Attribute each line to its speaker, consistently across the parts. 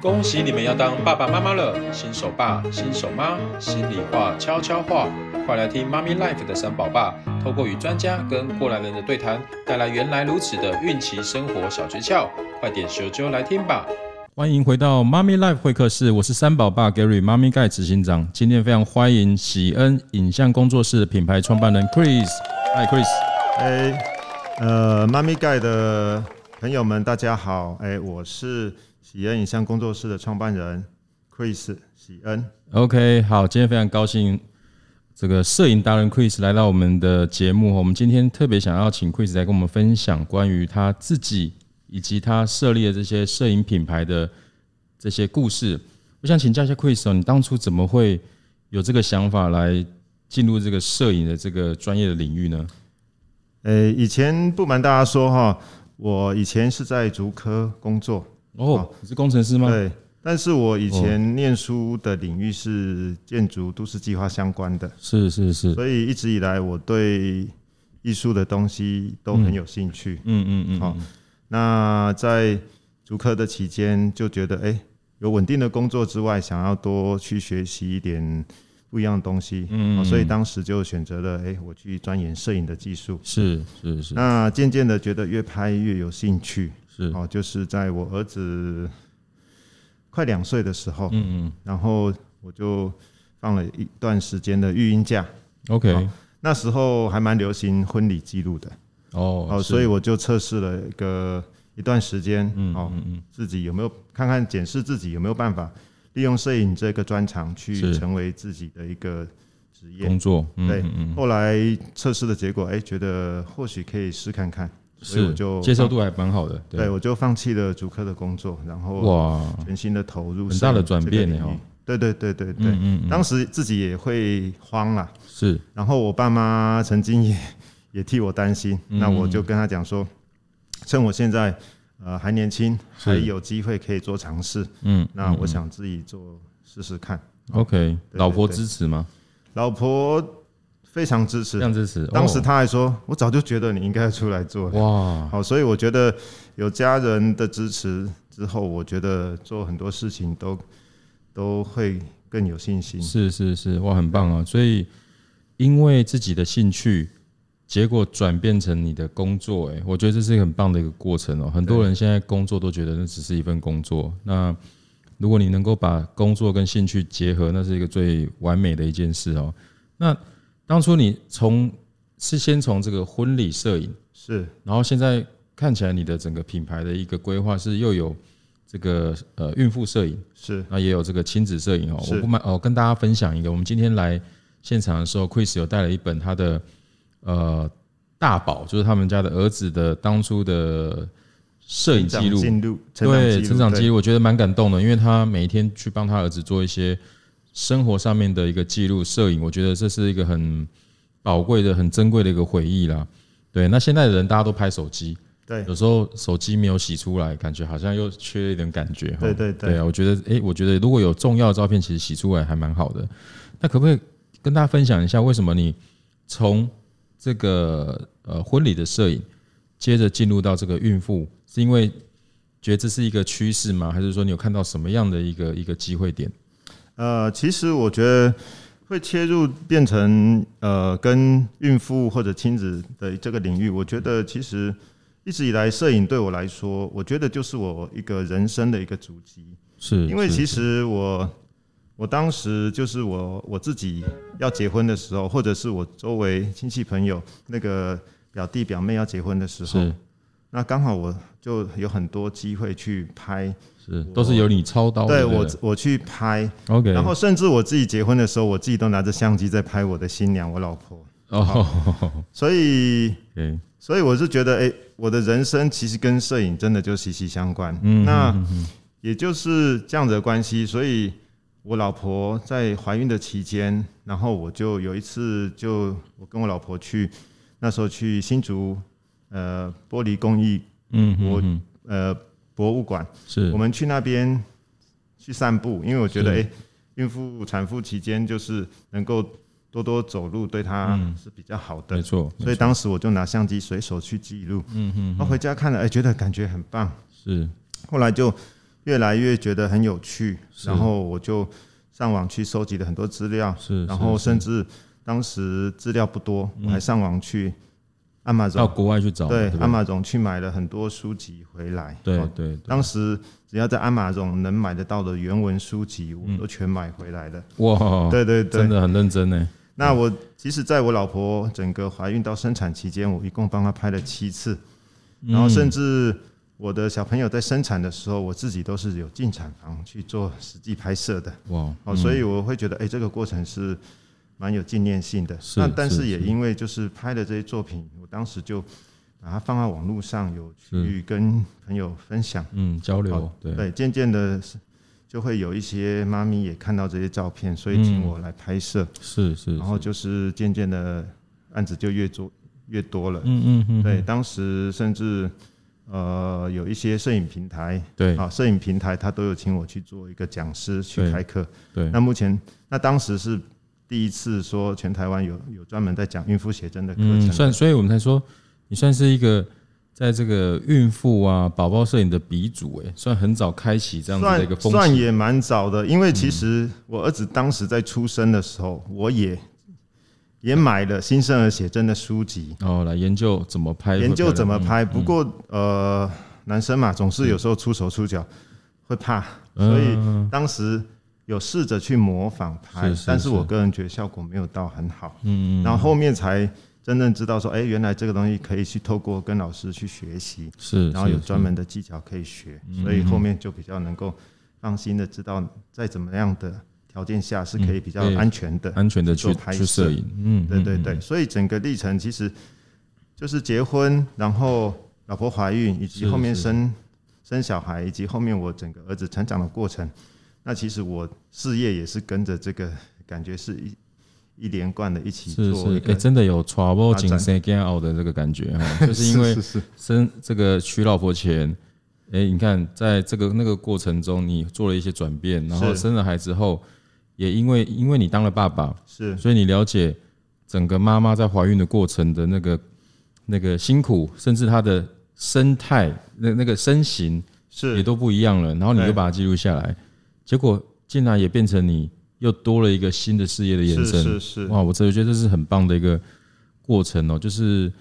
Speaker 1: 恭喜你们要当爸爸妈妈了，新手爸、新手妈，心里话、悄悄话，快来听妈咪 life 的三宝爸，透过与专家跟过来人的对谈，带来原来如此的孕期生活小诀窍，快点咻啾来听吧！欢迎回到妈咪 life 会客室，我是三宝爸 Gary，妈咪盖执行长。今天非常欢迎喜恩影像工作室品牌创办人 Chris，嗨 Chris，
Speaker 2: 哎、呃，妈咪盖的朋友们，大家好，哎、我是喜恩影像工作室的创办人 Chris 喜恩。
Speaker 1: OK，好，今天非常高兴，这个摄影达人 Chris 来到我们的节目。我们今天特别想要请 Chris 来跟我们分享关于他自己以及他设立的这些摄影品牌的这些故事。我想请教一下 Chris，、哦、你当初怎么会有这个想法来进入这个摄影的这个专业的领域呢？
Speaker 2: 呃、以前不瞒大家说哈，我以前是在竹科工作，
Speaker 1: 哦，你是工程师吗？哦
Speaker 2: 对，但是我以前念书的领域是建筑都市计划相关的，
Speaker 1: 是是是，
Speaker 2: 所以一直以来我对艺术的东西都很有兴趣。
Speaker 1: 嗯嗯嗯，
Speaker 2: 好那在足科的期间，就觉得哎、诶有稳定的工作之外，想要多去学习一点不一样的东西，嗯、所以当时就选择了哎、诶我去钻研摄影的技术。
Speaker 1: 是是是
Speaker 2: 那渐渐的觉得越拍越有兴趣，
Speaker 1: 是，
Speaker 2: 哦，就是在我儿子快两岁的时候，
Speaker 1: 嗯嗯
Speaker 2: 然后我就放了一段时间的育婴假，
Speaker 1: ，OK，
Speaker 2: 好那时候还蛮流行婚礼记录的，
Speaker 1: 哦，
Speaker 2: 哦，
Speaker 1: 是
Speaker 2: 所以我就测试了一个一段时间，
Speaker 1: 嗯
Speaker 2: 哦，自己有没有看看检视自己有没有办法利用摄影这个专长去
Speaker 1: 是
Speaker 2: 成为自己的一个职业
Speaker 1: 工。作，嗯
Speaker 2: 对
Speaker 1: 嗯嗯，
Speaker 2: 后来测试的结果，哎、觉得或许可以试看看，所以我
Speaker 1: 是
Speaker 2: 就
Speaker 1: 接受
Speaker 2: 放
Speaker 1: 度还蛮好的，
Speaker 2: 对，我就放弃了主科的工作，然后
Speaker 1: 哇，
Speaker 2: 全心的投入
Speaker 1: 很大的
Speaker 2: 摄影
Speaker 1: 转
Speaker 2: 这个
Speaker 1: 变
Speaker 2: 领
Speaker 1: 呢
Speaker 2: 域
Speaker 1: 哦
Speaker 2: 对对对对对，
Speaker 1: 嗯嗯，
Speaker 2: 当时自己也会慌啦，
Speaker 1: 是
Speaker 2: 然后我爸妈曾经 也也替我担心，
Speaker 1: 嗯
Speaker 2: 那我就跟他讲说，趁我现在呃还年轻，
Speaker 1: 是
Speaker 2: 还有机会可以做尝试，
Speaker 1: 嗯，
Speaker 2: 那我想自己做试试看。
Speaker 1: OK，
Speaker 2: 嗯对
Speaker 1: 老婆
Speaker 2: 对
Speaker 1: 支持吗？
Speaker 2: 老婆非常支
Speaker 1: 这
Speaker 2: 持，
Speaker 1: 样支持。
Speaker 2: 当时
Speaker 1: 哦
Speaker 2: 她还说，我早就觉得你应该出来做了。
Speaker 1: 哇，
Speaker 2: 好，所以我觉得有家人的支持之后，我觉得做很多事情都都会更有信心。
Speaker 1: 是是是，哇，很棒哦。所以因为自己的兴趣，结果转变成你的工作，哎，我觉得这是一个很棒的一个过程哦。很多人现在工作都觉得那只是一份工作，那如果你能够把工作跟兴趣结合，那是一个最完美的一件事哦。那当初你从是先从这个婚礼摄影。
Speaker 2: 是
Speaker 1: 然后现在看起来你的整个品牌的一个规划是又有这个呃孕妇摄影，
Speaker 2: 是
Speaker 1: 那也有这个亲子摄影哦。
Speaker 2: 是
Speaker 1: 我不瞒哦，跟大家分享一个，我们今天来现场的时候，Chris 有带了一本他的呃大宝，就是他们家的儿子的当初的摄影记录，
Speaker 2: 进入成长记
Speaker 1: 对
Speaker 2: 录，
Speaker 1: 成长
Speaker 2: 对
Speaker 1: 记录，我觉得蛮感动的，因为他每一天去帮他儿子做一些生活上面的一个记录摄影，我觉得这是一个很宝贵的、很珍贵的一个回忆啦。对，那现在的人大家都拍手机，
Speaker 2: 对
Speaker 1: 有时候手机没有洗出来，感觉好像又缺一点感觉哈。
Speaker 2: 对对对
Speaker 1: 对啊，我觉得，诶，我觉得如果有重要的照片，其实洗出来还蛮好的。那可不可以跟大家分享一下，为什么你从这个呃婚礼的摄影，接着进入到这个孕妇，是因为觉得这是一个趋势吗？还是说你有看到什么样的一个一个机会点？
Speaker 2: 呃，其实我觉得会切入变成呃跟孕妇或者亲子的这个领域，我觉得其实一直以来摄影对我来说，我觉得就是我一个人生的一个足迹，
Speaker 1: 是
Speaker 2: 因为其实我。我当时就是我我自己要结婚的时候，或者是我周围亲戚朋友那个表弟表妹要结婚的时候
Speaker 1: 是，
Speaker 2: 那刚好我就有很多机会去拍，
Speaker 1: 是都是由你操刀的。
Speaker 2: 对
Speaker 1: 哦对不
Speaker 2: 我
Speaker 1: 对
Speaker 2: 我去拍，
Speaker 1: OK，
Speaker 2: 然后甚至我自己结婚的时候，我自己都拿着相机在拍我的新娘、我老婆，
Speaker 1: 哦
Speaker 2: 所以，
Speaker 1: ，OK，嗯
Speaker 2: 所以我是觉得，哎、我的人生其实跟摄影真的就息息相关。那也就是这样子的关系，所以我老婆在怀孕的期间，然后我就有一次就我跟我老婆去，那时候去新竹呃玻璃工艺
Speaker 1: 嗯，
Speaker 2: 我
Speaker 1: 嗯嗯
Speaker 2: 呃博物馆，
Speaker 1: 是
Speaker 2: 我们去那边去散步，因为我觉得，哎、
Speaker 1: 是
Speaker 2: 孕妇产妇期间就是能够多多走路，对她是比较好的。
Speaker 1: 嗯没错，
Speaker 2: 所以当时我就拿相机随手去记录，嗯嗯，然后回家看了，哎、觉得感觉很棒。
Speaker 1: 是
Speaker 2: 后来就越来越觉得很有趣，然后我就上网去收集了很多资料，
Speaker 1: 是嗯
Speaker 2: 然后甚至当时资料不多，我还上网去阿玛
Speaker 1: 到
Speaker 2: 总
Speaker 1: 国外去找嘛，
Speaker 2: 对
Speaker 1: 不
Speaker 2: 阿玛总去买了很多书籍回来，
Speaker 1: 对
Speaker 2: 哦
Speaker 1: 对对，
Speaker 2: 当时只要在阿玛总能买得到的原文书籍，我都全买回来了。
Speaker 1: 哇，
Speaker 2: 对对
Speaker 1: 嗯哦真
Speaker 2: 对，
Speaker 1: 的很认真欸呢。
Speaker 2: 那我其实在我老婆整个怀孕到生产期间，我一共帮她拍了七次，
Speaker 1: 嗯
Speaker 2: 然后甚至我的小朋友在生产的时候，我自己都是有进产房去做实际拍摄的。
Speaker 1: 哇，
Speaker 2: 哦，所以我会觉得，哎、这个过程是蛮有纪念性的。
Speaker 1: 是
Speaker 2: 那但
Speaker 1: 是
Speaker 2: 是也
Speaker 1: 是
Speaker 2: 因为就是拍的这些作品，我当时就把它放在网络上，有
Speaker 1: 是
Speaker 2: 去跟朋友分享。
Speaker 1: 嗯，交流
Speaker 2: 好
Speaker 1: 对
Speaker 2: 哦对，渐渐的就会有一些妈咪也看到这些照片，所以请我来拍摄，
Speaker 1: 是嗯是，
Speaker 2: 然后
Speaker 1: 是
Speaker 2: 就是渐渐的案子就越做越多了。
Speaker 1: 嗯嗯嗯，
Speaker 2: 对，当时甚至呃有一些摄影平台
Speaker 1: 对
Speaker 2: 啊，摄影平台他都有请我去做一个讲师去
Speaker 1: 对
Speaker 2: 开课。
Speaker 1: 对
Speaker 2: 那目前那当时是第一次说全台湾有有专门在讲孕妇写真的课
Speaker 1: 嗯，
Speaker 2: 程。
Speaker 1: 算，所以我们才说你算是一个在这个孕妇啊、宝宝摄影的鼻祖，哎，算很早开启这样子的一个
Speaker 2: 算
Speaker 1: 风
Speaker 2: 算
Speaker 1: 气，嗯
Speaker 2: 也蛮早的，因为其实我儿子当时在出生的时候，我也也买了新生儿写真的书籍，
Speaker 1: 哦，来研究怎么拍，
Speaker 2: 研究怎么
Speaker 1: 会漂亮，
Speaker 2: 拍。不过呃，男生嘛，总是有时候出手出脚会怕，
Speaker 1: 嗯
Speaker 2: 所以
Speaker 1: 嗯
Speaker 2: 当时有试着去模仿拍
Speaker 1: 是是，
Speaker 2: 但
Speaker 1: 是
Speaker 2: 是我个人觉得效果没有到很好。
Speaker 1: 嗯，
Speaker 2: 然后后面才真正知道说，哎，原来这个东西可以去透过跟老师去学习，
Speaker 1: 是，
Speaker 2: 然后有
Speaker 1: 是嗯
Speaker 2: 专门的技巧可以学，所以后面就比较能够放心的知道，在怎么样的条件下是可以比较
Speaker 1: 嗯对
Speaker 2: 安全的。
Speaker 1: 安全的去
Speaker 2: 做拍
Speaker 1: 去摄
Speaker 2: 摄
Speaker 1: 影，嗯，
Speaker 2: 对
Speaker 1: 嗯
Speaker 2: 对对，所以整个历程其实就是结婚，然后老婆怀孕，以及
Speaker 1: 是
Speaker 2: 后面
Speaker 1: 是
Speaker 2: 生生小孩，以及后面我整个儿子成长的过程。那其实我事业也是跟着这个感觉是一一连贯的一起
Speaker 1: 是
Speaker 2: 做
Speaker 1: 是
Speaker 2: 一，
Speaker 1: 哎，
Speaker 2: 个。
Speaker 1: 真的有 trouble
Speaker 2: 发展
Speaker 1: 紧生 get out 的这个感觉 哈，就是因为
Speaker 2: 是是
Speaker 1: 生这个娶老婆前，哎、你看在这个那个过程中，你做了一些转变，然后
Speaker 2: 是
Speaker 1: 生了孩子后，也因为因为你当了爸爸，
Speaker 2: 是
Speaker 1: 所以你了解整个妈妈在怀孕的过程的那个那个辛苦，甚至她的生态那那个身形
Speaker 2: 是
Speaker 1: 也都不一样了，然后你
Speaker 2: 对
Speaker 1: 就把它记录下来，结果竟然也变成你又多了一个新的事业的延
Speaker 2: 是
Speaker 1: 伸，
Speaker 2: 是是，
Speaker 1: 哇，我真的觉得这是很棒的一个过程哦，就是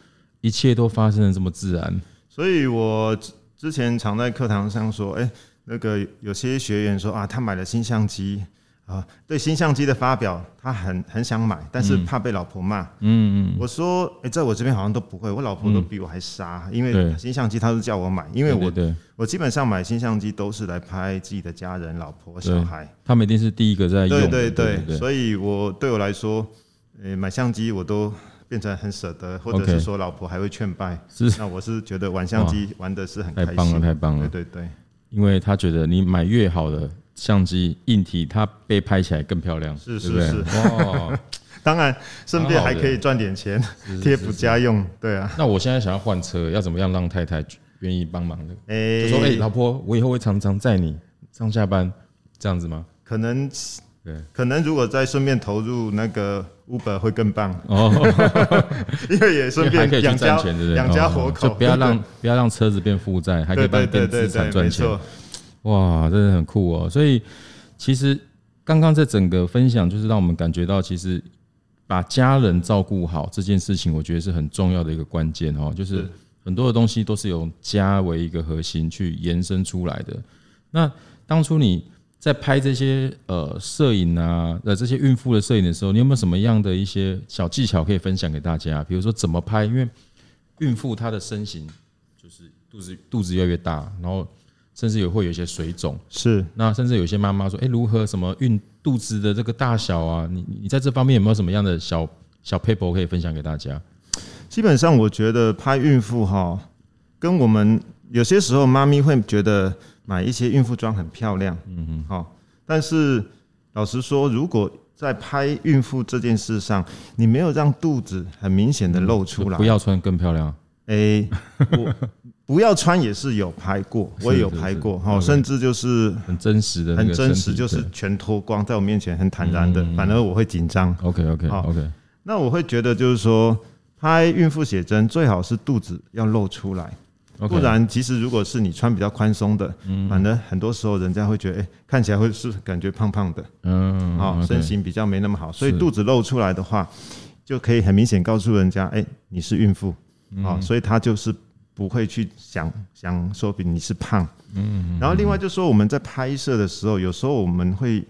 Speaker 1: 一切都发生的这么自然。
Speaker 2: 所以我之之前常在课堂上说，哎、那个有些学员说啊，他买了新相机啊，对新相机的发表，他很很想买，但是怕被老婆骂。嗯嗯，我说，哎、在我这边好像都不会，我老婆都比我还傻，啊因
Speaker 1: 嗯对
Speaker 2: 为新相机她都叫我买，因为
Speaker 1: 对
Speaker 2: 我
Speaker 1: 对对
Speaker 2: 我基本上买新相机都是来拍自己的家人、老婆、
Speaker 1: 对
Speaker 2: 小孩。
Speaker 1: 他们一定是第一个在用
Speaker 2: 对
Speaker 1: 的，
Speaker 2: 对
Speaker 1: 对
Speaker 2: 对，所以我对我来说，呃、买相机我都变成很舍得，或者
Speaker 1: OK
Speaker 2: 是说老婆还会劝败。
Speaker 1: 是
Speaker 2: 那我是觉得玩相机玩的是很开
Speaker 1: 太
Speaker 2: 心，
Speaker 1: 棒了，太棒了！
Speaker 2: 对对对，
Speaker 1: 因为他觉得你买越好的相机硬体，它被拍起来更漂亮，
Speaker 2: 是
Speaker 1: 对不对
Speaker 2: 是
Speaker 1: 哇！
Speaker 2: 当然顺便
Speaker 1: 蛮好
Speaker 2: 还
Speaker 1: 的
Speaker 2: 可以赚点钱
Speaker 1: 是是
Speaker 2: 贴补家用，对啊，
Speaker 1: 那我现在想要换车，要怎么样让太太愿意帮忙呢？就
Speaker 2: 诶，
Speaker 1: 说：“哎，老婆，我以后会常常载你上下班，这样子吗
Speaker 2: 可能
Speaker 1: 对
Speaker 2: 可能如果再顺便投入那个 Uber 会更棒？”，
Speaker 1: 哦，
Speaker 2: 因为也顺
Speaker 1: 因为还
Speaker 2: 便
Speaker 1: 可以去
Speaker 2: 养家
Speaker 1: 赚钱，对不对？
Speaker 2: 养家
Speaker 1: 哦
Speaker 2: 活
Speaker 1: 就
Speaker 2: 口，
Speaker 1: 不要
Speaker 2: 对
Speaker 1: 让不要让车子变负债，还可以
Speaker 2: 对
Speaker 1: 帮
Speaker 2: 对
Speaker 1: 你变资
Speaker 2: 对对
Speaker 1: 产
Speaker 2: 对，
Speaker 1: 赚
Speaker 2: 没
Speaker 1: 钱。
Speaker 2: 错，
Speaker 1: 哇，真的很酷哦！所以其实刚刚这整个分享，就是让我们感觉到，其实把家人照顾好这件事情，我觉得是很重要的一个关键哦。就是
Speaker 2: 是
Speaker 1: 很多的东西都是由家为一个核心去延伸出来的。那当初你在拍这些呃摄影啊，呃这些孕妇的摄影的时候，你有没有什么样的一些小技巧可以分享给大家？比如说怎么拍，因为孕妇她的身形就是肚子肚子越来越大，然后甚至也会有一些水肿。
Speaker 2: 是
Speaker 1: 那甚至有些妈妈说，哎、如何什么孕肚子的这个大小啊？你你你在这方面有没有什么样的小小 paper 可以分享给大家？
Speaker 2: 基本上我觉得拍孕妇哈，跟我们有些时候妈咪会觉得买一些孕妇装很漂亮，嗯嗯，好，但是老实说，如果在拍孕妇这件事上，你没有让肚子很明显的露出来，
Speaker 1: 不，要穿更漂亮，
Speaker 2: 诶、我 不要穿也是有拍过，我也有拍过哈，
Speaker 1: 是是是
Speaker 2: 甚至就是
Speaker 1: 很真实的那
Speaker 2: 很
Speaker 1: 个身体，
Speaker 2: 真实，就是全脱光在我面前很坦然的，
Speaker 1: 嗯
Speaker 2: 反而我会紧张。
Speaker 1: OK OK
Speaker 2: 好
Speaker 1: OK，
Speaker 2: 那我会觉得就是说，拍孕妇写真最好是肚子要露出来，
Speaker 1: OK 嗯
Speaker 2: 不然，其实如果是你穿比较宽松的，反正很多时候人家会觉得，哎、看起来会是感觉胖胖的，
Speaker 1: 嗯，
Speaker 2: 啊、
Speaker 1: OK
Speaker 2: 身形比较没那么好，所以
Speaker 1: 是
Speaker 2: 肚子露出来的话，就可以很明显告诉人家，哎、你是孕妇，
Speaker 1: 嗯
Speaker 2: 啊、所以他就是不会去想想说比你是胖，嗯，然后另外就说我们在拍摄的时候，有时候我们会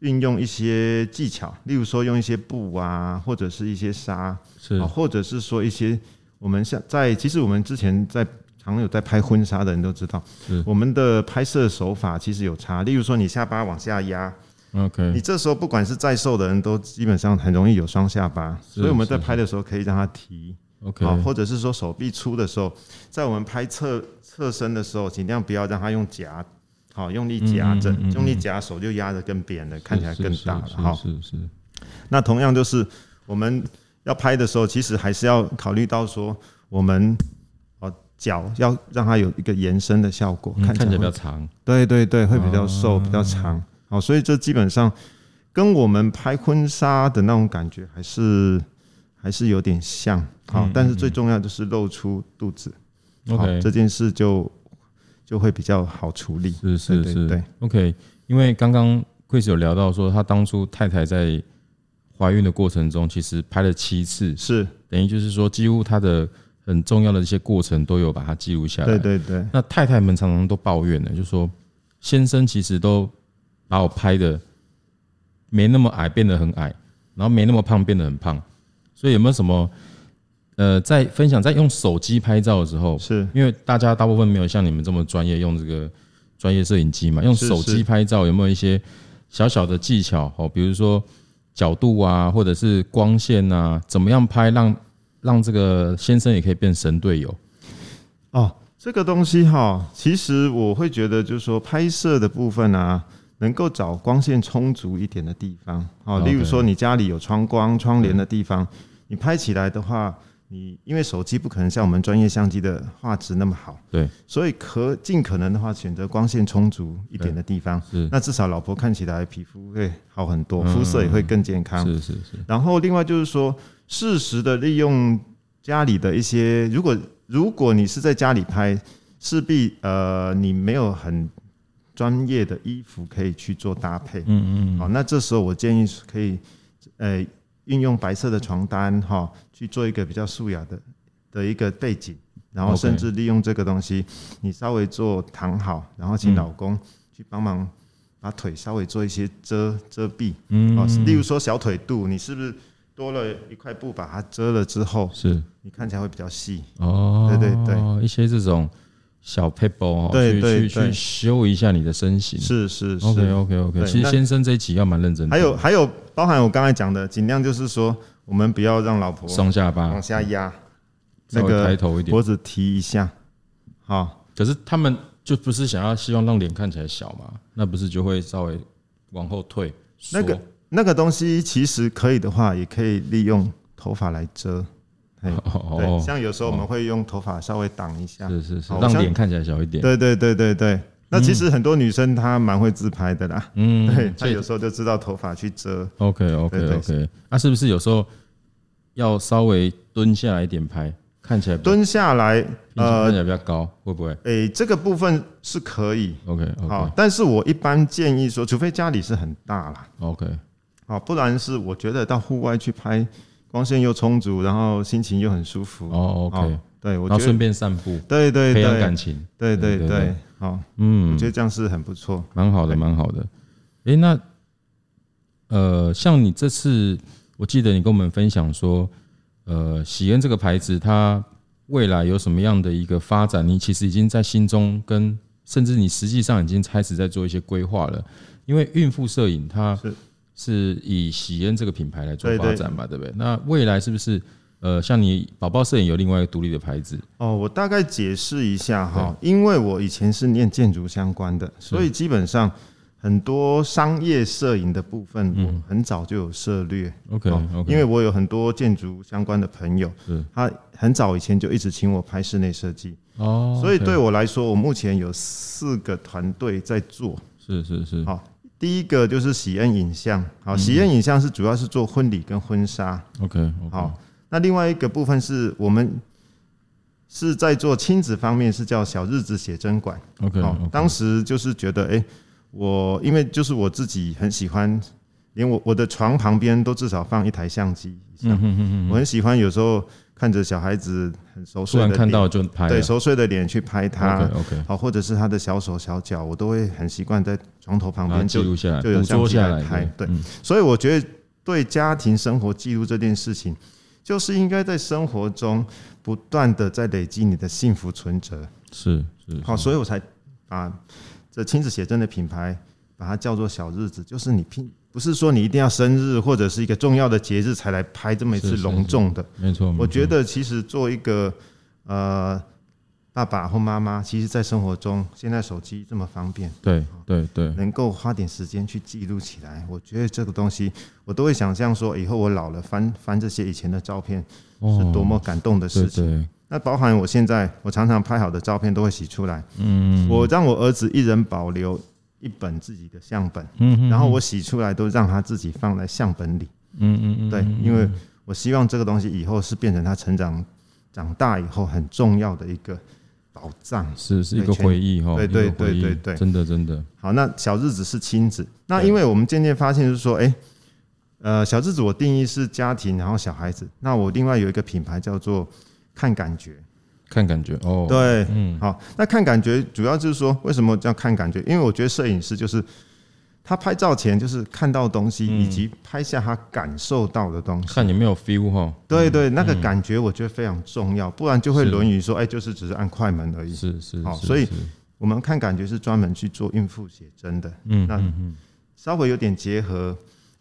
Speaker 2: 运用一些技巧，例如说用一些布啊，或者是一些纱，
Speaker 1: 是
Speaker 2: 啊，或者是说一些我们像在其实我们之前在常有在拍婚纱的人都知道
Speaker 1: 是，
Speaker 2: 我们的拍摄手法其实有差。例如说你下巴往下压，你
Speaker 1: OK，
Speaker 2: 这时候不管是再瘦的人都基本上很容易有双下巴，
Speaker 1: 是
Speaker 2: 所以我们在
Speaker 1: 是
Speaker 2: 拍的时候可以让他提
Speaker 1: OK，
Speaker 2: 啊，或者是说手臂粗的时候，在我们拍侧侧身的时候，尽量不要让他用夹。好，用力
Speaker 1: 嗯
Speaker 2: 夹着，用力夹手就压得更扁了，看起来更大了。
Speaker 1: 是
Speaker 2: 好，
Speaker 1: 是是是
Speaker 2: 那同样就是我们要拍的时候，其实还是要考虑到说我们哦脚要让它有一个延伸的效果，
Speaker 1: 嗯看起来
Speaker 2: 会
Speaker 1: 比较长，
Speaker 2: 对对对，会比较瘦、比较长。好，所以这基本上跟我们拍婚纱的那种感觉还是还是有点像。好，但是最重要就是露出肚子。好
Speaker 1: 嗯 OK
Speaker 2: 这件事就就会比较好处理。
Speaker 1: 是是
Speaker 2: 对
Speaker 1: 是
Speaker 2: 对
Speaker 1: o k 因为刚刚 Chris 有聊到说，他当初太太在怀孕的过程中，其实拍了七次，
Speaker 2: 是，
Speaker 1: 等于就是说，几乎她的很重要的一些过程都有把它记录下来。
Speaker 2: 对对对，
Speaker 1: 那太太们常常都抱怨呢，就说先生其实都把我拍的没那么矮变得很矮，然后没那么胖变得很胖，所以有没有什么呃，在分享在用手机拍照的时候，
Speaker 2: 是
Speaker 1: 因为大家大部分没有像你们这么专业用这个专业摄影机嘛，用
Speaker 2: 是
Speaker 1: 手机
Speaker 2: 是
Speaker 1: 拍照有没有一些小小的技巧哦？比如说角度啊，或者是光线啊，怎么样拍让让这个先生也可以变神队友？
Speaker 2: 哦，这个东西哈，其实我会觉得，就是说拍摄的部分啊，能够找光线充足一点的地方。哦，
Speaker 1: OK
Speaker 2: 例如说你家里有窗光、窗帘的地方，你拍起来的话，你因为手机不可能像我们专业相机的画质那么好，
Speaker 1: 对，
Speaker 2: 所以可尽可能的话，选择光线充足一点的地方
Speaker 1: 是。嗯
Speaker 2: 那至少老婆看起来皮肤会好很多，肤色也会更健康。
Speaker 1: 是是是，
Speaker 2: 然后另外就是说，适时的利用家里的一些，如果如果你是在家里拍，势必呃你没有很专业的衣服可以去做搭配，
Speaker 1: 嗯嗯
Speaker 2: 好、那这时候我建议是可以呃运用白色的床单哈、去做一个比较素雅的的一个背景，然后
Speaker 1: OK
Speaker 2: 甚至利用这个东西，你稍微做躺好，然后
Speaker 1: 嗯
Speaker 2: 请老公去帮忙把腿稍微做一些遮遮蔽。
Speaker 1: 嗯，
Speaker 2: 哦，例如说小腿肚，你是不是多了一块布把它遮了之后，
Speaker 1: 是
Speaker 2: 你看起来会比较细？
Speaker 1: 哦，
Speaker 2: 对对对，
Speaker 1: 一些这种小 paper 哦，
Speaker 2: 对
Speaker 1: 去
Speaker 2: 对
Speaker 1: 去
Speaker 2: 对
Speaker 1: 去修一下你的身形。
Speaker 2: 是是是。
Speaker 1: OK OK OK，
Speaker 2: 对
Speaker 1: 其实
Speaker 2: 那
Speaker 1: 先生这一集要蛮认真的，
Speaker 2: 还有还有，包含我刚才讲的，尽量就是说，我们不要让老婆
Speaker 1: 双下巴
Speaker 2: 往下压，
Speaker 1: 稍
Speaker 2: 那
Speaker 1: 微抬
Speaker 2: 个
Speaker 1: 头一啊点
Speaker 2: 脖，子提一下，好，
Speaker 1: 可是他们就不是想要希望让脸看起来小嘛，那不是就会稍微往后退。
Speaker 2: 那个
Speaker 1: 缩
Speaker 2: 那个东西其实可以的话，也可以利用头发来遮。嘿对，
Speaker 1: 哦，
Speaker 2: 像有时候我们会用头发稍微挡一下。
Speaker 1: 是嗯是是，
Speaker 2: 好我
Speaker 1: 让
Speaker 2: 相
Speaker 1: 脸看起来小一点。
Speaker 2: 对对对对对。那其实很多女生她蛮会自拍的啦，
Speaker 1: 嗯，
Speaker 2: 对，她
Speaker 1: 所以
Speaker 2: 有时候就知道头发去遮。
Speaker 1: OK OK
Speaker 2: 对对
Speaker 1: OK，那啊是不是有时候要稍微蹲下来一点拍，看起来比
Speaker 2: 蹲下来，
Speaker 1: 呃
Speaker 2: 呃
Speaker 1: 看起，来比较高，会不会
Speaker 2: 诶、这个部分是可以，
Speaker 1: ？OK
Speaker 2: 好、
Speaker 1: OK
Speaker 2: 但是我一般建议说，除非家里是很大啦，
Speaker 1: OK，
Speaker 2: 啊、不然是我觉得到户外去拍，光线又充足，然后心情又很舒服。
Speaker 1: 哦 OK，
Speaker 2: 哦对，我
Speaker 1: 然后
Speaker 2: 觉
Speaker 1: 顺
Speaker 2: 得，
Speaker 1: 便散步，
Speaker 2: 对对
Speaker 1: 培养
Speaker 2: 对
Speaker 1: 感，情，
Speaker 2: 对
Speaker 1: 对对
Speaker 2: 对
Speaker 1: 对
Speaker 2: 对，好、我
Speaker 1: 嗯
Speaker 2: 觉，得这样是很不错。
Speaker 1: 蛮好的，蛮好的。诶，那呃，像你这次，我记得你跟我们分享说，呃，喜恩这个牌子它未来有什么样的一个发展？你其实已经在心中跟，甚至你实际上已经开始在做一些规划了。因为孕妇摄影它
Speaker 2: 是
Speaker 1: 是以喜恩这个品牌来做
Speaker 2: 对
Speaker 1: 发
Speaker 2: 对
Speaker 1: 展嘛，对不对？那未来是不是呃，像你宝宝摄影有另外一个独立的牌子？
Speaker 2: 哦，我大概解释一下哈，因为我以前是念建筑相关的，所以基本上很多商业摄影的部分，
Speaker 1: 嗯
Speaker 2: 我很早就有涉略。
Speaker 1: OK
Speaker 2: 哦
Speaker 1: OK，
Speaker 2: 因为我有很多建筑相关的朋友
Speaker 1: 是，
Speaker 2: 他很早以前就一直请我拍室内设计，
Speaker 1: 哦，
Speaker 2: 所以
Speaker 1: OK，
Speaker 2: 对我来说，我目前有四个团队在做。
Speaker 1: 是是是
Speaker 2: 好第一个就是喜恩影像，
Speaker 1: 嗯
Speaker 2: 好，喜恩影像是主要是做婚礼跟婚纱，
Speaker 1: 嗯，OK OK，
Speaker 2: 好，那另外一个部分是我们是在做亲子方面，是叫小日子写真馆。
Speaker 1: OK，
Speaker 2: 哦，当时就是觉得，哎、我因为就是我自己很喜欢，连我我的床旁边都至少放一台相机
Speaker 1: 嗯
Speaker 2: 以上。我很喜欢有时候看着小孩子很熟
Speaker 1: 突
Speaker 2: 睡的
Speaker 1: 然
Speaker 2: 脸，
Speaker 1: 看到就拍了
Speaker 2: 对熟睡的脸去拍啊他。
Speaker 1: OK OK，
Speaker 2: 好，或者是他的小手小脚，我都会很习惯在床头旁
Speaker 1: 把它
Speaker 2: 边
Speaker 1: 啊记
Speaker 2: 就
Speaker 1: 录下来，
Speaker 2: 就有
Speaker 1: 捕
Speaker 2: 相
Speaker 1: 捉
Speaker 2: 机
Speaker 1: 下
Speaker 2: 来
Speaker 1: 来
Speaker 2: 拍对
Speaker 1: 嗯
Speaker 2: 所以我觉得对家庭生活记录这件事情，就是应该在生活中不断的在累积你的幸福存折。
Speaker 1: 是是
Speaker 2: 好，所以我才把这亲子写真的品牌把它叫做小日子，就是你拼。不是说你一定要生日或者是一个重要的节日才来拍这么一
Speaker 1: 是
Speaker 2: 次
Speaker 1: 是
Speaker 2: 隆重的，
Speaker 1: 没错，
Speaker 2: 我觉
Speaker 1: 得
Speaker 2: 得其实做一个呃爸爸或妈妈，其实在生活中，现在手机这么方便，
Speaker 1: 对对对，
Speaker 2: 能够花点时间去记录起来，我觉得这个东西，我都会想象说，以后我老了翻翻这些以前的照片，
Speaker 1: 哦
Speaker 2: 是多么感动的
Speaker 1: 对
Speaker 2: 事情。
Speaker 1: 对
Speaker 2: 那包含我现在，我常常拍好的照片都会洗出来，嗯，我让我儿子一人保留一本自己的相本，嗯，然后我洗出来都让他自己放在相本里，嗯嗯嗯，对，因为我希望这个东西以后是变成他成长长大以后很重要的一个宝藏。
Speaker 1: 是是一
Speaker 2: 对
Speaker 1: 个
Speaker 2: 全
Speaker 1: 回忆哈，
Speaker 2: 对
Speaker 1: 一个
Speaker 2: 对
Speaker 1: 回
Speaker 2: 对
Speaker 1: 忆
Speaker 2: 对对
Speaker 1: 真的真的，
Speaker 2: 好，那小日子是亲子。那因为我们渐渐发现，就是说，哎、呃，小日子我定义是家庭，然后小孩子。那我另外有一个品牌叫做看感觉。
Speaker 1: 看感觉哦，
Speaker 2: 对，嗯，好，那看感觉主要就是说，为什么叫看感觉？因为我觉得摄影师就是他拍照前就是看到东西，以及拍下他感受到的东西。
Speaker 1: 看有没有 feel 哈，
Speaker 2: 对对，那个感觉我觉得非常重要，不然就
Speaker 1: 嗯
Speaker 2: 会
Speaker 1: 是
Speaker 2: 沦于说，哎、就是只是按快门而已。
Speaker 1: 是是，
Speaker 2: 好
Speaker 1: 是
Speaker 2: 所以
Speaker 1: 是
Speaker 2: 我们看感觉是专门去做孕妇写真的，嗯，那稍微有点结合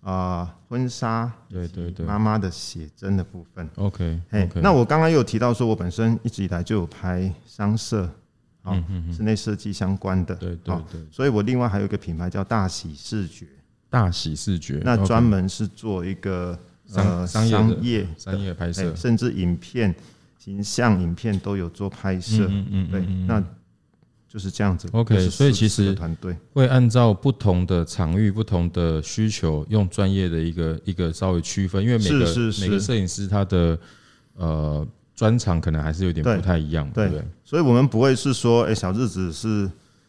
Speaker 2: 啊、呃婚纱
Speaker 1: 对对对
Speaker 2: 妈妈的写真的部分。
Speaker 1: ，OK
Speaker 2: 哎
Speaker 1: OK，
Speaker 2: 那我刚刚有提到说，我本身一直以来就有拍商社啊、室内设计相关的，
Speaker 1: 嗯对对
Speaker 2: 好
Speaker 1: 对，
Speaker 2: 所以我另外还有一个品牌叫大喜视觉，
Speaker 1: 大喜视觉，
Speaker 2: 那
Speaker 1: OK，
Speaker 2: 专门是做一个
Speaker 1: 商
Speaker 2: 呃
Speaker 1: 商业的
Speaker 2: 商业
Speaker 1: 商业拍摄
Speaker 2: 哎，甚至影片、形象影片都有做拍摄，
Speaker 1: 嗯嗯嗯
Speaker 2: 对，那就是这样子。
Speaker 1: OK，
Speaker 2: 就是
Speaker 1: 所以其
Speaker 2: 四个
Speaker 1: 实
Speaker 2: 团队
Speaker 1: 会按照不同的场域、不同的需求，用专业的一个一个稍微区分，因为每个
Speaker 2: 是是是
Speaker 1: 每个摄影师他的呃专长可能还是有点
Speaker 2: 对
Speaker 1: 不太一样，对不
Speaker 2: 对
Speaker 1: 对？
Speaker 2: 所以我们不会是说，哎、小日子是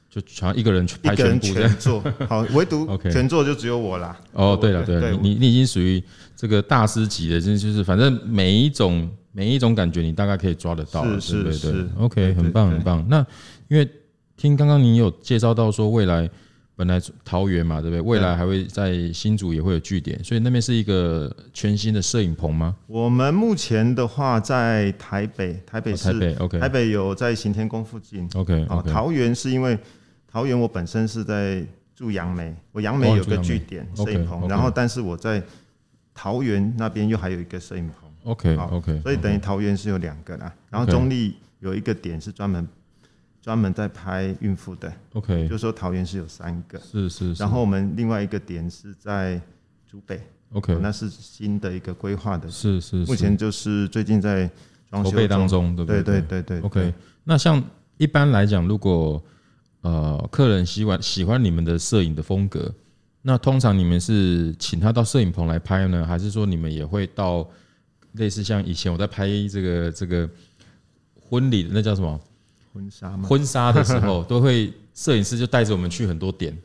Speaker 1: 就好像一个人去
Speaker 2: 一
Speaker 1: 拍
Speaker 2: 个
Speaker 1: 全
Speaker 2: 人
Speaker 1: 部这样。
Speaker 2: 全做，好，唯独
Speaker 1: OK
Speaker 2: 全做就只有我啦。
Speaker 1: 哦，对了对了，
Speaker 2: 对
Speaker 1: 你你你已经属于这个大师级的，这就是反正每一种每一种感觉你大概可以抓得到了，
Speaker 2: 是
Speaker 1: 对对
Speaker 2: 是
Speaker 1: 对
Speaker 2: 是
Speaker 1: OK，
Speaker 2: 对对
Speaker 1: 很棒
Speaker 2: 对
Speaker 1: 很棒。那因为听刚刚你有介绍到说未来。本来桃园嘛，对不对？未来还会在新竹也会有据点，所以那边是一个全新的摄影棚吗？
Speaker 2: 我们目前的话，在台北，台北
Speaker 1: 哦
Speaker 2: 市，
Speaker 1: 台北，OK，
Speaker 2: 台北有在行天宫附近。
Speaker 1: OK，
Speaker 2: 哦，桃园是因为桃园我本身是在住杨梅，我杨梅
Speaker 1: 哦
Speaker 2: 有
Speaker 1: 住
Speaker 2: 个
Speaker 1: 杨梅
Speaker 2: 据点
Speaker 1: OK，
Speaker 2: 摄影棚，
Speaker 1: OK
Speaker 2: 然后但是我在桃园那边又还有一个摄影棚，
Speaker 1: OK
Speaker 2: 好
Speaker 1: OK，
Speaker 2: 哦所以等于桃园是有两个啦。然后
Speaker 1: OK
Speaker 2: 中立有一个点是专门专门在拍孕妇的，
Speaker 1: OK
Speaker 2: 就说桃园是有三个。
Speaker 1: 是是，是
Speaker 2: 然后我们另外一个点是在竹北，哦
Speaker 1: OK
Speaker 2: 那是新的一个规划的，
Speaker 1: 是是，
Speaker 2: 目
Speaker 1: 是
Speaker 2: 前就是最近在装
Speaker 1: 筹
Speaker 2: 修
Speaker 1: 备当
Speaker 2: 中。
Speaker 1: 中，对不
Speaker 2: 对
Speaker 1: 对
Speaker 2: 对对对
Speaker 1: OK，那像一般来讲，如果呃客人喜欢喜欢你们的摄影的风格，那通常你们是请他到摄影棚来拍呢，还是说你们也会到类似像以前我在拍这个这个婚礼的那叫什么
Speaker 2: 婚纱嘛，
Speaker 1: 婚纱的时候，都会摄影师就带着我们去很多点，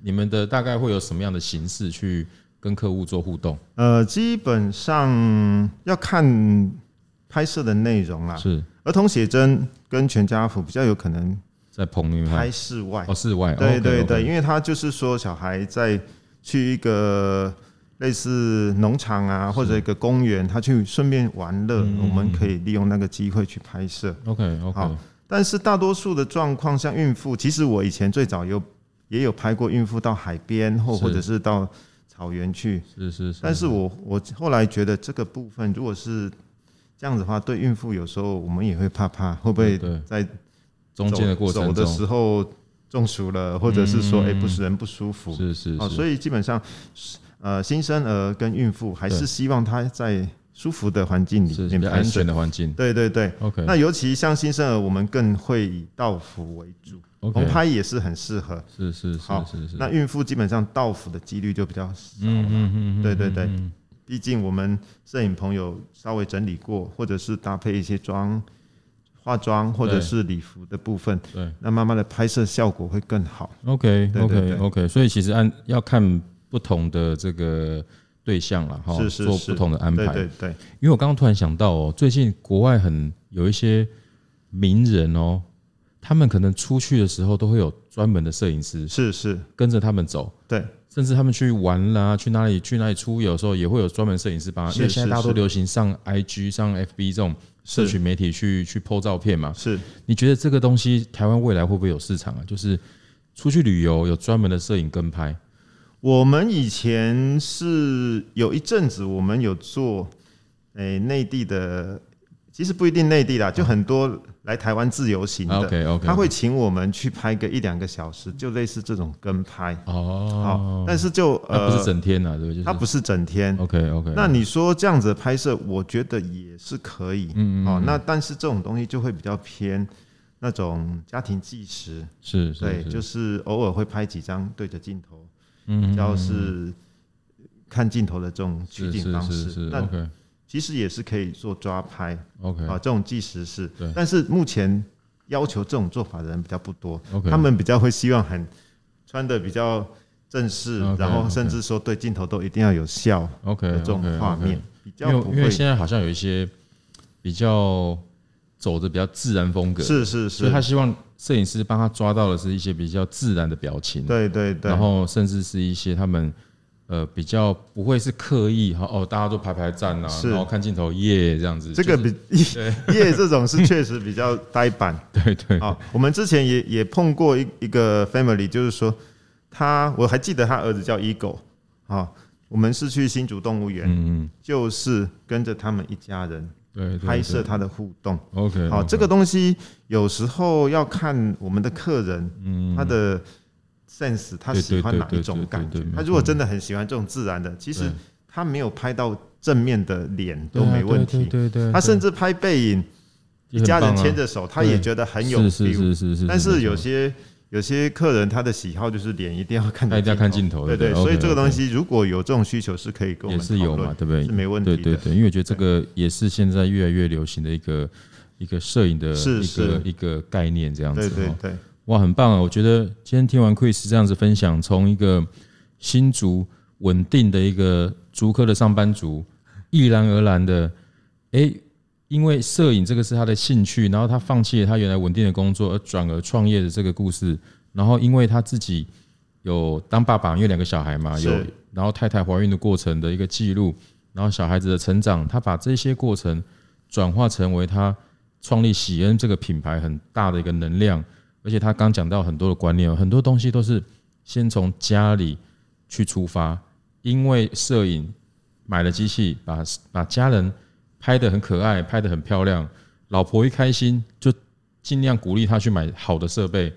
Speaker 1: 你们的大概会有什么样的形式去跟客户做互动？
Speaker 2: 呃，基本上要看拍摄的内容啦。
Speaker 1: 是
Speaker 2: 儿童写真跟全家福比较有可能
Speaker 1: 在棚里面
Speaker 2: 拍室外
Speaker 1: 哦，，室外，
Speaker 2: 对
Speaker 1: OK，
Speaker 2: 对
Speaker 1: OK
Speaker 2: 对，因为他就是说小孩在去一个类似农场啊或者一个公园，他去顺便玩乐，
Speaker 1: 嗯
Speaker 2: 我们可以利用那个机会去拍摄。
Speaker 1: OK
Speaker 2: 好
Speaker 1: OK，
Speaker 2: 但是大多数的状况，像孕妇，其实我以前最早有也有拍过孕妇到海边或
Speaker 1: 是
Speaker 2: 或者是到草原去，
Speaker 1: 是是是，
Speaker 2: 但是我我后来觉得这个部分如果是这样子的话，对孕妇有时候我们也会怕怕，会不会
Speaker 1: 嗯对对
Speaker 2: 在
Speaker 1: 中间的过
Speaker 2: 走
Speaker 1: 程
Speaker 2: 的
Speaker 1: 中嗯
Speaker 2: 时候中暑了，或者是说哎、不是人不舒服，
Speaker 1: 是是
Speaker 2: 哦，
Speaker 1: 是，
Speaker 2: 所以基本上呃新生儿跟孕妇还
Speaker 1: 对
Speaker 2: 是希望她在舒服的环境里
Speaker 1: 是比
Speaker 2: 面
Speaker 1: 较
Speaker 2: 拍
Speaker 1: 安
Speaker 2: 摄
Speaker 1: 全，的环境。
Speaker 2: 对对对。
Speaker 1: OK，
Speaker 2: 那尤其像新生儿，我们更会以道服为主，
Speaker 1: OK，
Speaker 2: 红拍也是很适合。
Speaker 1: 是是是
Speaker 2: 好
Speaker 1: 是是，
Speaker 2: 那孕妇基本上道服的几率就比较少，
Speaker 1: 嗯嗯嗯，嗯
Speaker 2: 对对对
Speaker 1: 嗯嗯
Speaker 2: 毕竟我们摄影朋友稍微整理过，或者是搭配一些妆。化妆或者是礼服的部分，
Speaker 1: 对，
Speaker 2: 那慢慢的拍摄效果会更好。
Speaker 1: OK
Speaker 2: 对对
Speaker 1: OK
Speaker 2: 对
Speaker 1: OK，所以其实按要看不同的这个对象了哈，
Speaker 2: 是是
Speaker 1: 做
Speaker 2: 是
Speaker 1: 不同的安排。
Speaker 2: 对对对，
Speaker 1: 因为我刚刚突然想到哦，最近国外很有一些名人哦，他们可能出去的时候都会有专门的摄影师
Speaker 2: 是是，
Speaker 1: 跟着他们走，
Speaker 2: 对，
Speaker 1: 甚至他们去玩啦，去哪里去哪里出游的时候，也会有专门摄影师帮他。
Speaker 2: 是
Speaker 1: 因为现在
Speaker 2: 是
Speaker 1: 大家都
Speaker 2: 是
Speaker 1: 流行上 IG、上 FB 这种社群媒体去去 PO 照片嘛，
Speaker 2: 是
Speaker 1: 你觉得这个东西台湾未来会不会有市场啊？就是出去旅游有专门的摄影跟拍，
Speaker 2: 我们以前是有一阵子，我们有做诶内、地的，其实不一定内地啦，就很多来台湾自由行的，
Speaker 1: OK OK，
Speaker 2: 他会请我们去拍个一两个小时，就类似这种跟拍。
Speaker 1: 哦
Speaker 2: 好，，但是就
Speaker 1: 那不
Speaker 2: 呃
Speaker 1: 是，整天啊，对不对？
Speaker 2: 它不是整天。
Speaker 1: OK OK，
Speaker 2: 那你说这样子的拍摄，我觉得也是可以。嗯嗯哦，那但是这种东西就会比较偏那种家庭纪实，
Speaker 1: 是是
Speaker 2: 对，
Speaker 1: 是
Speaker 2: 就是偶尔会拍几张对着镜头，嗯，比较是看镜头的这种取
Speaker 1: 是
Speaker 2: 景
Speaker 1: 是
Speaker 2: 方
Speaker 1: 是
Speaker 2: 式
Speaker 1: 是。
Speaker 2: 那
Speaker 1: OK
Speaker 2: 其实也是可以做抓拍啊，
Speaker 1: OK
Speaker 2: 这种纪实是
Speaker 1: 对，
Speaker 2: 但是目前要求这种做法的人比较不多，
Speaker 1: OK，
Speaker 2: 他们比较会希望很穿的比较正式，
Speaker 1: OK，
Speaker 2: 然后
Speaker 1: OK
Speaker 2: 甚至说对镜头都一定要有笑
Speaker 1: OK
Speaker 2: 的这种
Speaker 1: OK，OK
Speaker 2: 画面，比
Speaker 1: 因
Speaker 2: 较
Speaker 1: 为
Speaker 2: 不
Speaker 1: 因
Speaker 2: 会
Speaker 1: 为现在好像有一些比较走的比较自然风格，
Speaker 2: 是是
Speaker 1: 所以他
Speaker 2: 是，
Speaker 1: 希望摄影师帮他抓到的是一些比较自然的表情，
Speaker 2: 对对对
Speaker 1: 然，后甚至是一些他们呃比较不会是刻意哈哦，大家都排排站啊，
Speaker 2: 是
Speaker 1: 然后看镜头耶这样子，
Speaker 2: 这个
Speaker 1: 就是
Speaker 2: 比夜这种是确实比较呆板。
Speaker 1: 对对
Speaker 2: 啊，我们之前也也碰过一一个 family，就是说他，我还记得他儿子叫 Ego 啊，我们是去新竹动物园，
Speaker 1: 嗯嗯
Speaker 2: 就是跟着他们一家人
Speaker 1: 对对对嗯
Speaker 2: 拍摄他的互动。
Speaker 1: OK
Speaker 2: 好，这个东西有时候要看我们的客人，他的 sense，他
Speaker 1: 嗯对
Speaker 2: 喜欢
Speaker 1: 对
Speaker 2: 哪
Speaker 1: 对
Speaker 2: 一种
Speaker 1: 对
Speaker 2: 感
Speaker 1: 对对。
Speaker 2: 觉
Speaker 1: 没
Speaker 2: 他如果真的很喜欢这种自然的，其实
Speaker 1: 对
Speaker 2: 他没有拍到正面的脸
Speaker 1: 嗯
Speaker 2: 都没问
Speaker 1: 对
Speaker 2: 题，
Speaker 1: 对对对，
Speaker 2: 他甚
Speaker 1: 至
Speaker 2: 至拍背影，一家人牵着手，他也觉得很有
Speaker 1: 啊是
Speaker 2: feel
Speaker 1: 是。是是是，
Speaker 2: 但是有
Speaker 1: 没错
Speaker 2: 些有些客人他的喜好就是脸一定要看，
Speaker 1: 他一定要看镜头
Speaker 2: 对
Speaker 1: 对
Speaker 2: 对，
Speaker 1: OK，
Speaker 2: 所以这个
Speaker 1: OK
Speaker 2: 东西如果有这种需求，是可以跟我
Speaker 1: 也
Speaker 2: 们
Speaker 1: 是有
Speaker 2: 讨
Speaker 1: 嘛，
Speaker 2: 论
Speaker 1: 对不对
Speaker 2: 是？没问
Speaker 1: 对
Speaker 2: 题的。
Speaker 1: 对对，因为我觉得这个也是现在越来越流行的一个一个摄影的
Speaker 2: 是
Speaker 1: 一个
Speaker 2: 是
Speaker 1: 一个概念这样子
Speaker 2: 对对
Speaker 1: 哦
Speaker 2: 对
Speaker 1: 哇，很棒啊！我觉得今天听完 Chris 这样子分享，从一个新竹稳定的一个竹科的上班族，毅然而然的，诶，因为摄影这个是他的兴趣，然后他放弃了他原来稳定的工作，而转而创业的这个故事，然后因为他自己有当爸爸，因为两个小孩嘛，
Speaker 2: 是
Speaker 1: 有然后太太怀孕的过程的一个记录，然后小孩子的成长，他把这些过程转化成为他创立喜恩这个品牌很大的一个能量。而且他刚讲到很多的观念哦，很多东西都是先从家里去出发，因为摄影买了机器，把把家人拍得很可爱，拍得很漂亮，老婆一开心就尽量鼓励他去买好的设备。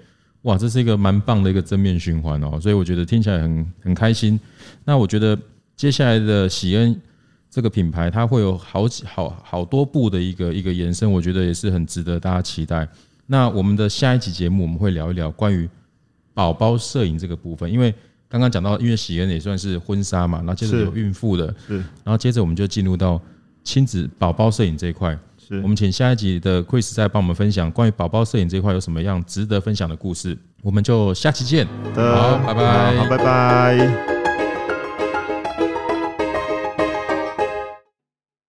Speaker 1: 哇，这是一个蛮棒的一个正面循环哦，所以我觉得听起来很很开心。那我觉得接下来的喜恩这个品牌，它会有好几好好多步的一个一个延伸，我觉得也是很值得大家期待。那我们的下一期节目，我们会聊一聊关于宝宝摄影这个部分，因为刚刚讲到，因为喜恩也算是婚纱嘛，然后接着
Speaker 2: 是
Speaker 1: 有孕妇的，
Speaker 2: 是
Speaker 1: 然后接着我们就进入到亲子宝宝摄影这一块。
Speaker 2: 是
Speaker 1: 我们请下一集的 Chris 再帮我们分享关于宝宝摄影这一块有什么样值得分享的故事。我们就下期见。
Speaker 2: 的
Speaker 1: 好拜拜
Speaker 2: 好，拜拜。